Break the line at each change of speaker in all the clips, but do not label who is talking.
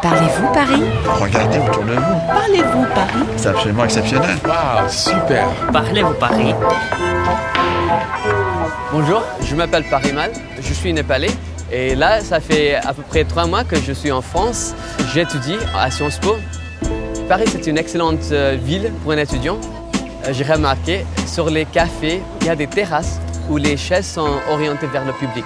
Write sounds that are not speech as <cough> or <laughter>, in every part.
Parlez-vous Paris
Regardez autour de vous.
Parlez-vous Paris
C'est absolument exceptionnel.
Waouh, super
Parlez-vous Paris
Bonjour, je m'appelle Parimal, je suis népalais et là ça fait à peu près trois mois que je suis en France. J'étudie à Sciences Po. Paris c'est une excellente euh, ville pour un étudiant. Euh, J'ai remarqué sur les cafés, il y a des terrasses où les chaises sont orientées vers le public.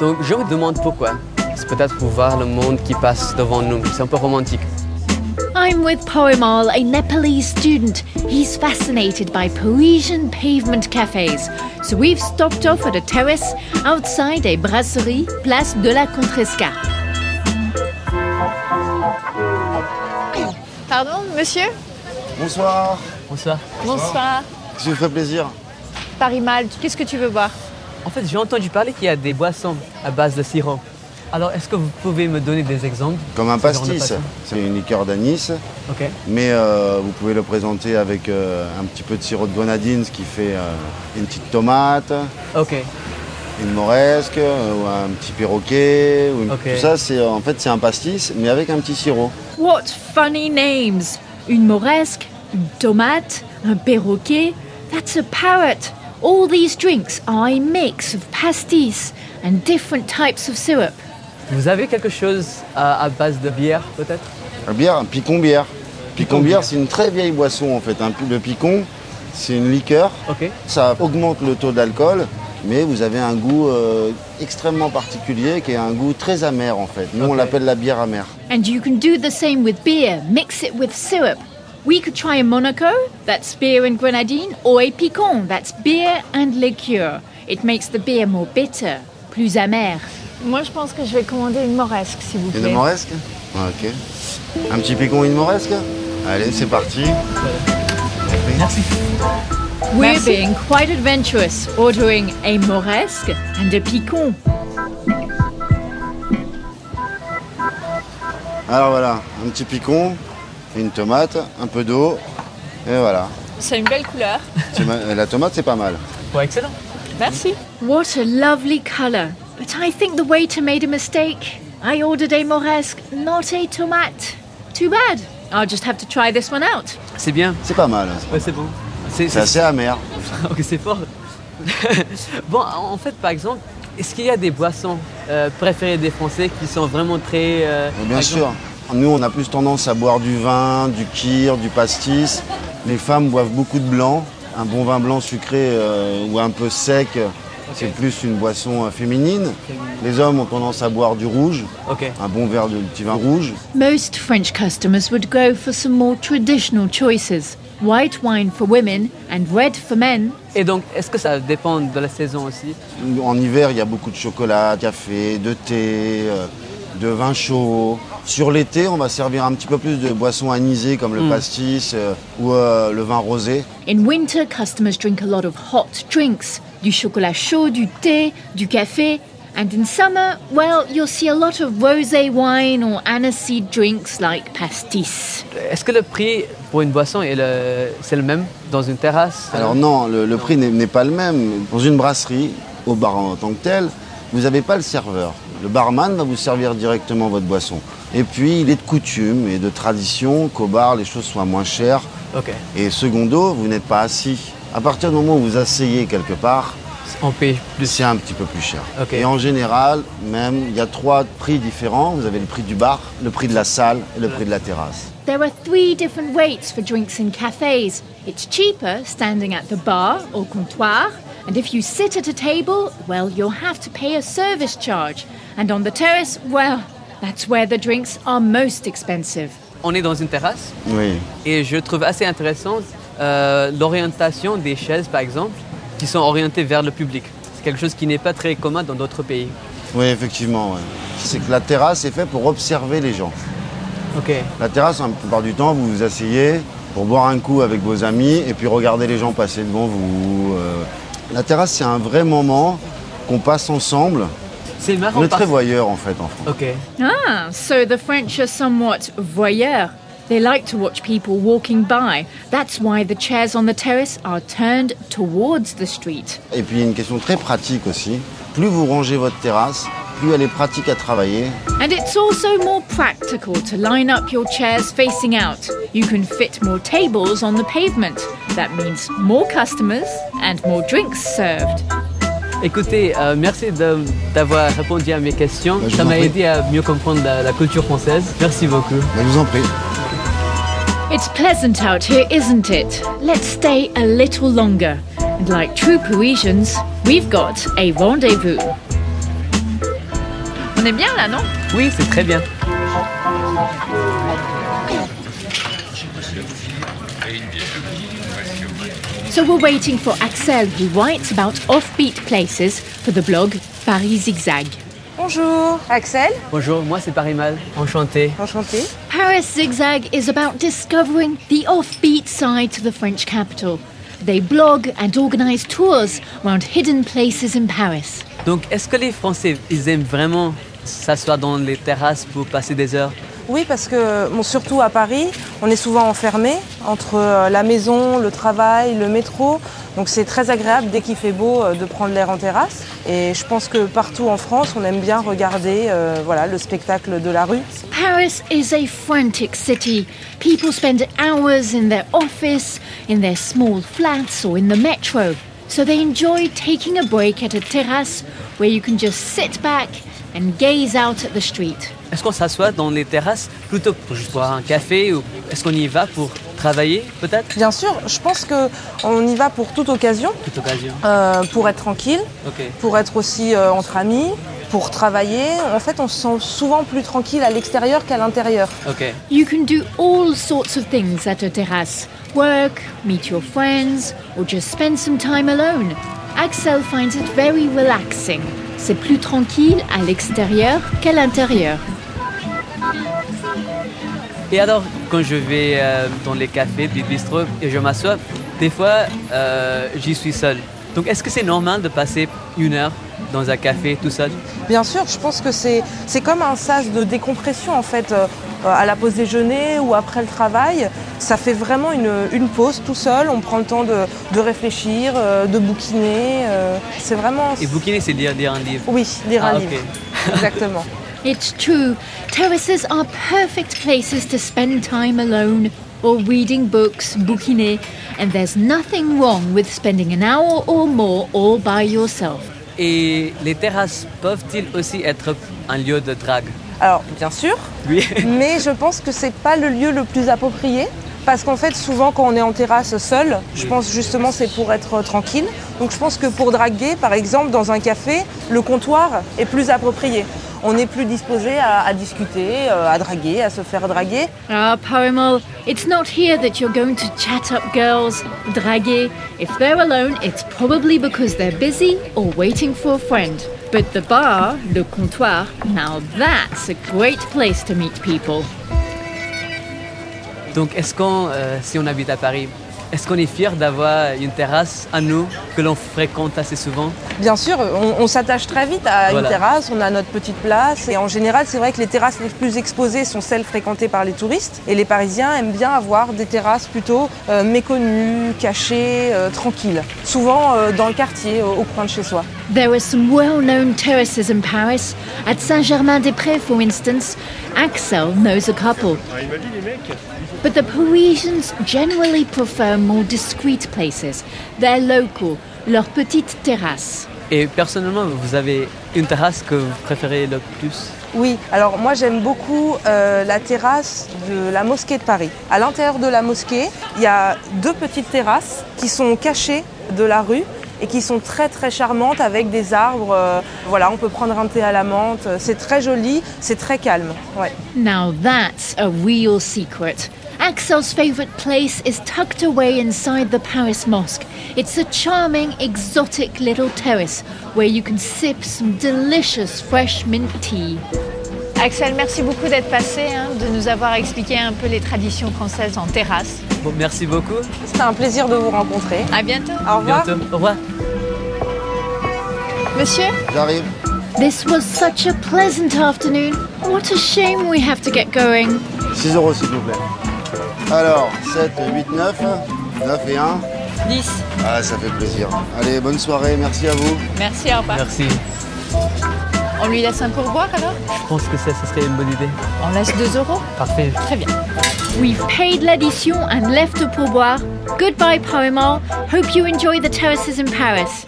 Donc je me demande pourquoi. C'est peut-être pour voir le monde qui passe devant nous. C'est un peu romantique.
I'm with Poemal, a Nepalese student. He's fascinated by Parisian pavement cafes. So we've stopped off at a terrace outside a brasserie, Place de la Contresca.
Pardon, monsieur
Bonsoir,
Bonsoir.
Bonsoir.
je vous ferai plaisir.
Paris Mal, qu'est-ce que tu veux boire
En fait, j'ai entendu parler qu'il y a des boissons à base de sirop. Alors, est-ce que vous pouvez me donner des exemples
Comme un
Ce genre de
pastis,
pastis.
c'est une liqueur d'anis,
Ok.
mais euh, vous pouvez le présenter avec euh, un petit peu de sirop de grenadine, ce qui fait euh, une petite tomate,
Ok.
une moresque, euh, ou un petit perroquet. ou une-
Ok.
Tout ça, c'est euh, en fait c'est un pastis, mais avec un petit sirop.
What funny names! Une moresque, une tomate, un perroquet. That's a parrot. All these drinks are a mix of pastis and different types of syrup.
Vous avez quelque chose à, à base de bière, peut-être
La bière, un picon bière. Picon
bière.
bière, c'est une très vieille boisson en fait. un pi- Le picon, c'est une liqueur.
Ok.
Ça augmente le taux d'alcool, mais vous avez un goût euh, extrêmement particulier qui est un goût très amer en fait. Nous, on
Ok.
l'appelle la bière amère.
And you can do the same with beer, mix it with syrup. We could try a Monaco, that's beer and grenadine, or a Picon, that's beer and liqueur. It makes the beer more bitter, plus amer.
Moi, je pense que je vais commander une moresque, s'il vous
Une
plaît.
moresque Ah, Ok. Un petit picon, une moresque Allez, c'est parti.
We're
Merci.
being quite adventurous, ordering a Moresque and a Picon.
Alors voilà, un petit picon, une tomate, un peu d'eau, et voilà.
C'est une belle couleur.
C'est ma- La tomate, c'est pas mal.
Ouais, excellent.
Merci.
What a lovely colour. But I think the waiter made a mistake. I ordered a Moresque, not a tomate. Too bad. I'll just have to try this one out.
C'est bien.
C'est pas mal.
Ouais, c'est bon. C'est
C'est
c'est-
assez amer.
<laughs> ok, c'est fort. bon, en fait, par exemple, est-ce qu'il y a des boissons euh, préférées des Français qui sont vraiment très. euh,
Mais
par
Bien
exemple-
sûr. Nous, on a plus tendance à boire du vin, du kir, du pastis. Les femmes boivent beaucoup de blanc. Un bon vin blanc sucré euh, ou un peu sec, c'est plus une boisson euh, féminine. Les hommes ont tendance à boire du rouge,
Ok.
un bon verre de petit vin rouge.
Most French customers would go for some more traditional choices white wine for women and red for men.
Et donc, est-ce que ça dépend de la saison aussi
En hiver, il y a beaucoup de chocolat, de café, de thé, euh, de vin chaud. Sur l'été, on va servir un petit peu plus de boissons anisées comme le pastis euh, ou euh, le vin rosé.
In winter, customers drink a lot of hot drinks du chocolat chaud, du thé, du café. And in summer, well, you'll see a lot of rose wine or aniseed drinks like pastis.
Est-ce que le prix pour une boisson est le, c'est le même dans une terrasse
Alors non, le, le prix n'est- n'est pas le même. Dans une brasserie, au bar en tant que tel, vous n'avez pas le serveur. Le barman va vous servir directement votre boisson. Et puis, il est de coutume et de tradition qu'au bar, les choses soient moins chères.
Ok.
Et secondo, vous n'êtes pas assis. À partir du moment où vous asseyez quelque part,
On paye plus.
c'est un petit peu plus cher.
Ok.
Et en général, même, il y a trois prix différents. Vous avez le prix du bar, le prix de la salle et le prix de la terrasse.
There are three different rates for drinks in cafes. It's cheaper standing at the bar or comptoir, and if you sit at a table, well, you'll have to pay a service charge. And on the terrace, well, that's where the drinks are most expensive.
On est dans une terrasse
Oui.
et je trouve assez intéressante euh, l'orientation des chaises, par exemple, qui sont orientées vers le public. C'est quelque chose qui n'est pas très commun dans d'autres pays.
Oui, effectivement. ouais. C'est que la terrasse est faite pour observer les gens.
Ok.
La terrasse, la plupart du temps, vous vous asseyez pour boire un coup avec vos amis et puis regarder les gens passer devant vous. euh. La terrasse, c'est un vrai moment qu'on passe ensemble.
C'est marrant.
On est
parce-
très voyeurs en fait en France.
Ok.
Ah, so the French are somewhat voyeur. They like to watch people walking by. That's why the chairs on the terrace are turned towards the street.
Et puis il y a une question très pratique aussi. Plus vous rangez votre terrasse, plus elle est pratique à travailler.
And it's also more practical to line up your chairs facing out. You can fit more tables on the pavement. That means more customers and more drinks served.
Écoutez, euh, merci de- d'avoir répondu à mes questions.
Bah, je
Ça
vous en
m'a
prie.
aidé à mieux comprendre la, la culture française. Merci beaucoup.
Mais Ben, je vous en prie.
It's pleasant out here, isn't it? Let's stay a little longer. And like true Parisians, we've got a rendezvous.
On est bien là, non
Oui, c'est très bien.
So we're waiting for Axel, who writes about offbeat places for the blog Paris Zigzag.
Bonjour, Axel,
Bonjour, moi c'est Paris Mal. Enchanté.
enchanté.
Paris Zigzag is about discovering the offbeat side to the French capital. They blog and organise tours around hidden places in Paris.
Donc, est-ce que les Français, ils aiment vraiment s'asseoir dans les terrasses pour passer des heures
Oui, parce que bon, surtout à Paris, on est souvent enfermé entre euh, la maison, le travail, le métro. Donc c'est très agréable dès qu'il fait beau euh, de prendre l'air en terrasse. Et je pense que partout en France, on aime bien regarder euh, voilà, le spectacle de la rue.
Paris is a frantic city. People spend hours in their office, in their small flats, or in the metro. So they enjoy taking a break at a terrace where you can just sit back and gaze out at the street.
Est-ce qu'on s'assoit dans les terrasses plutôt pour juste boire un café ou est-ce qu'on y va pour travailler peut-être
Bien sûr, je pense qu'on y va pour toute occasion,
Toute occasion.
euh, pour être tranquille,
Ok.
pour être aussi euh, entre amis, pour travailler. En fait, on se sent souvent plus tranquille à l'extérieur qu'à l'intérieur.
Ok.
You can do all sorts of things at a terrace work, meet your friends, or just spend some time alone. Axel finds it very relaxing. C'est plus tranquille à l'extérieur qu'à l'intérieur.
Et alors, quand je vais euh, dans les cafés, des bistrots et je m'assois, des fois, euh, j'y suis seul. Donc, est-ce que c'est normal de passer une heure dans un café tout seul
Bien sûr, je pense que c'est c'est comme un sas de décompression en fait, euh, euh, à la pause déjeuner ou après le travail. Ça fait vraiment une, une pause tout seul, on prend le temps de, de réfléchir, euh, de bouquiner. euh, c'est vraiment.
Et bouquiner, c'est lire, lire un livre.
Oui, lire un
Ah, ok.
livre.
<laughs>
Exactement.
It's true, terraces are perfect places to spend time alone or reading books, bouquiner, and there's nothing wrong with spending an hour or more all by yourself.
Et les terrasses peuvent-ils aussi être un lieu de drague
Alors, bien sûr,
Oui.
<laughs> mais je pense que c'est pas le lieu le plus approprié. Parce qu'en fait, souvent, quand on est en terrasse seul, je pense justement c'est pour être euh, tranquille. Donc, je pense que pour draguer, par exemple, dans un café, le comptoir est plus approprié. On est plus disposé à, à discuter, euh, à draguer, à se faire draguer.
Ah, Parimal, it's not here that you're going to chat up girls, drague. If they're alone, it's probably because they're busy or waiting for a friend. But the bar, le comptoir, now that's a great place to meet people.
Donc, est-ce qu'on, euh, si on habite à Paris, est-ce qu'on est fier d'avoir une terrasse à nous que l'on fréquente assez souvent
Bien sûr, on, on s'attache très vite à
Voilà.
une terrasse, on a notre petite place. Et en général, c'est vrai que les terrasses les plus exposées sont celles fréquentées par les touristes. Et les Parisiens aiment bien avoir des terrasses plutôt euh, méconnues, cachées, euh, tranquilles. Souvent euh, dans le quartier, au, au coin de chez soi.
There are some well known terraces in Paris. At Saint Germain des Prés, for instance, Axel knows a couple. But the Parisians generally prefer more discreet places. They're local, leur petite terrasse.
Et personnellement, vous avez une terrasse que vous préférez le plus
Oui, alors moi j'aime beaucoup euh, la terrasse de la mosquée de Paris. À l'intérieur de la mosquée, il y a deux petites terrasses qui sont cachées de la rue et qui sont très très charmantes avec des arbres. euh, voilà, on peut prendre un thé à la menthe. euh, C'est très joli, c'est très calme. Ouais.
Now that's a real secret. Axel's favourite place is tucked away inside the Paris Mosque. It's a charming, exotic little terrace where you can sip some delicious fresh mint tea.
Axel, merci beaucoup d'être passé, hein, de nous avoir expliqué un peu les traditions françaises en terrasse.
Bon, merci beaucoup.
C'était un plaisir de vous rencontrer.
À bientôt.
Au revoir.
Bientôt. Au revoir.
Monsieur
J'arrive.
This was such a pleasant afternoon. What a shame we have to get going.
6 euros s'il vous plaît. Alors, 7, 8, 9. 9 et 1.
10.
Ah, ça fait plaisir. Allez, bonne soirée, merci à vous.
Merci, au revoir.
Merci.
On lui laisse un pourboire alors
Je pense que ça, ça serait une bonne idée.
On laisse 2 euros
Parfait.
Très bien.
We've paid l'addition and left the pourboire. Goodbye, Parimol. Hope you enjoy the terraces in Paris.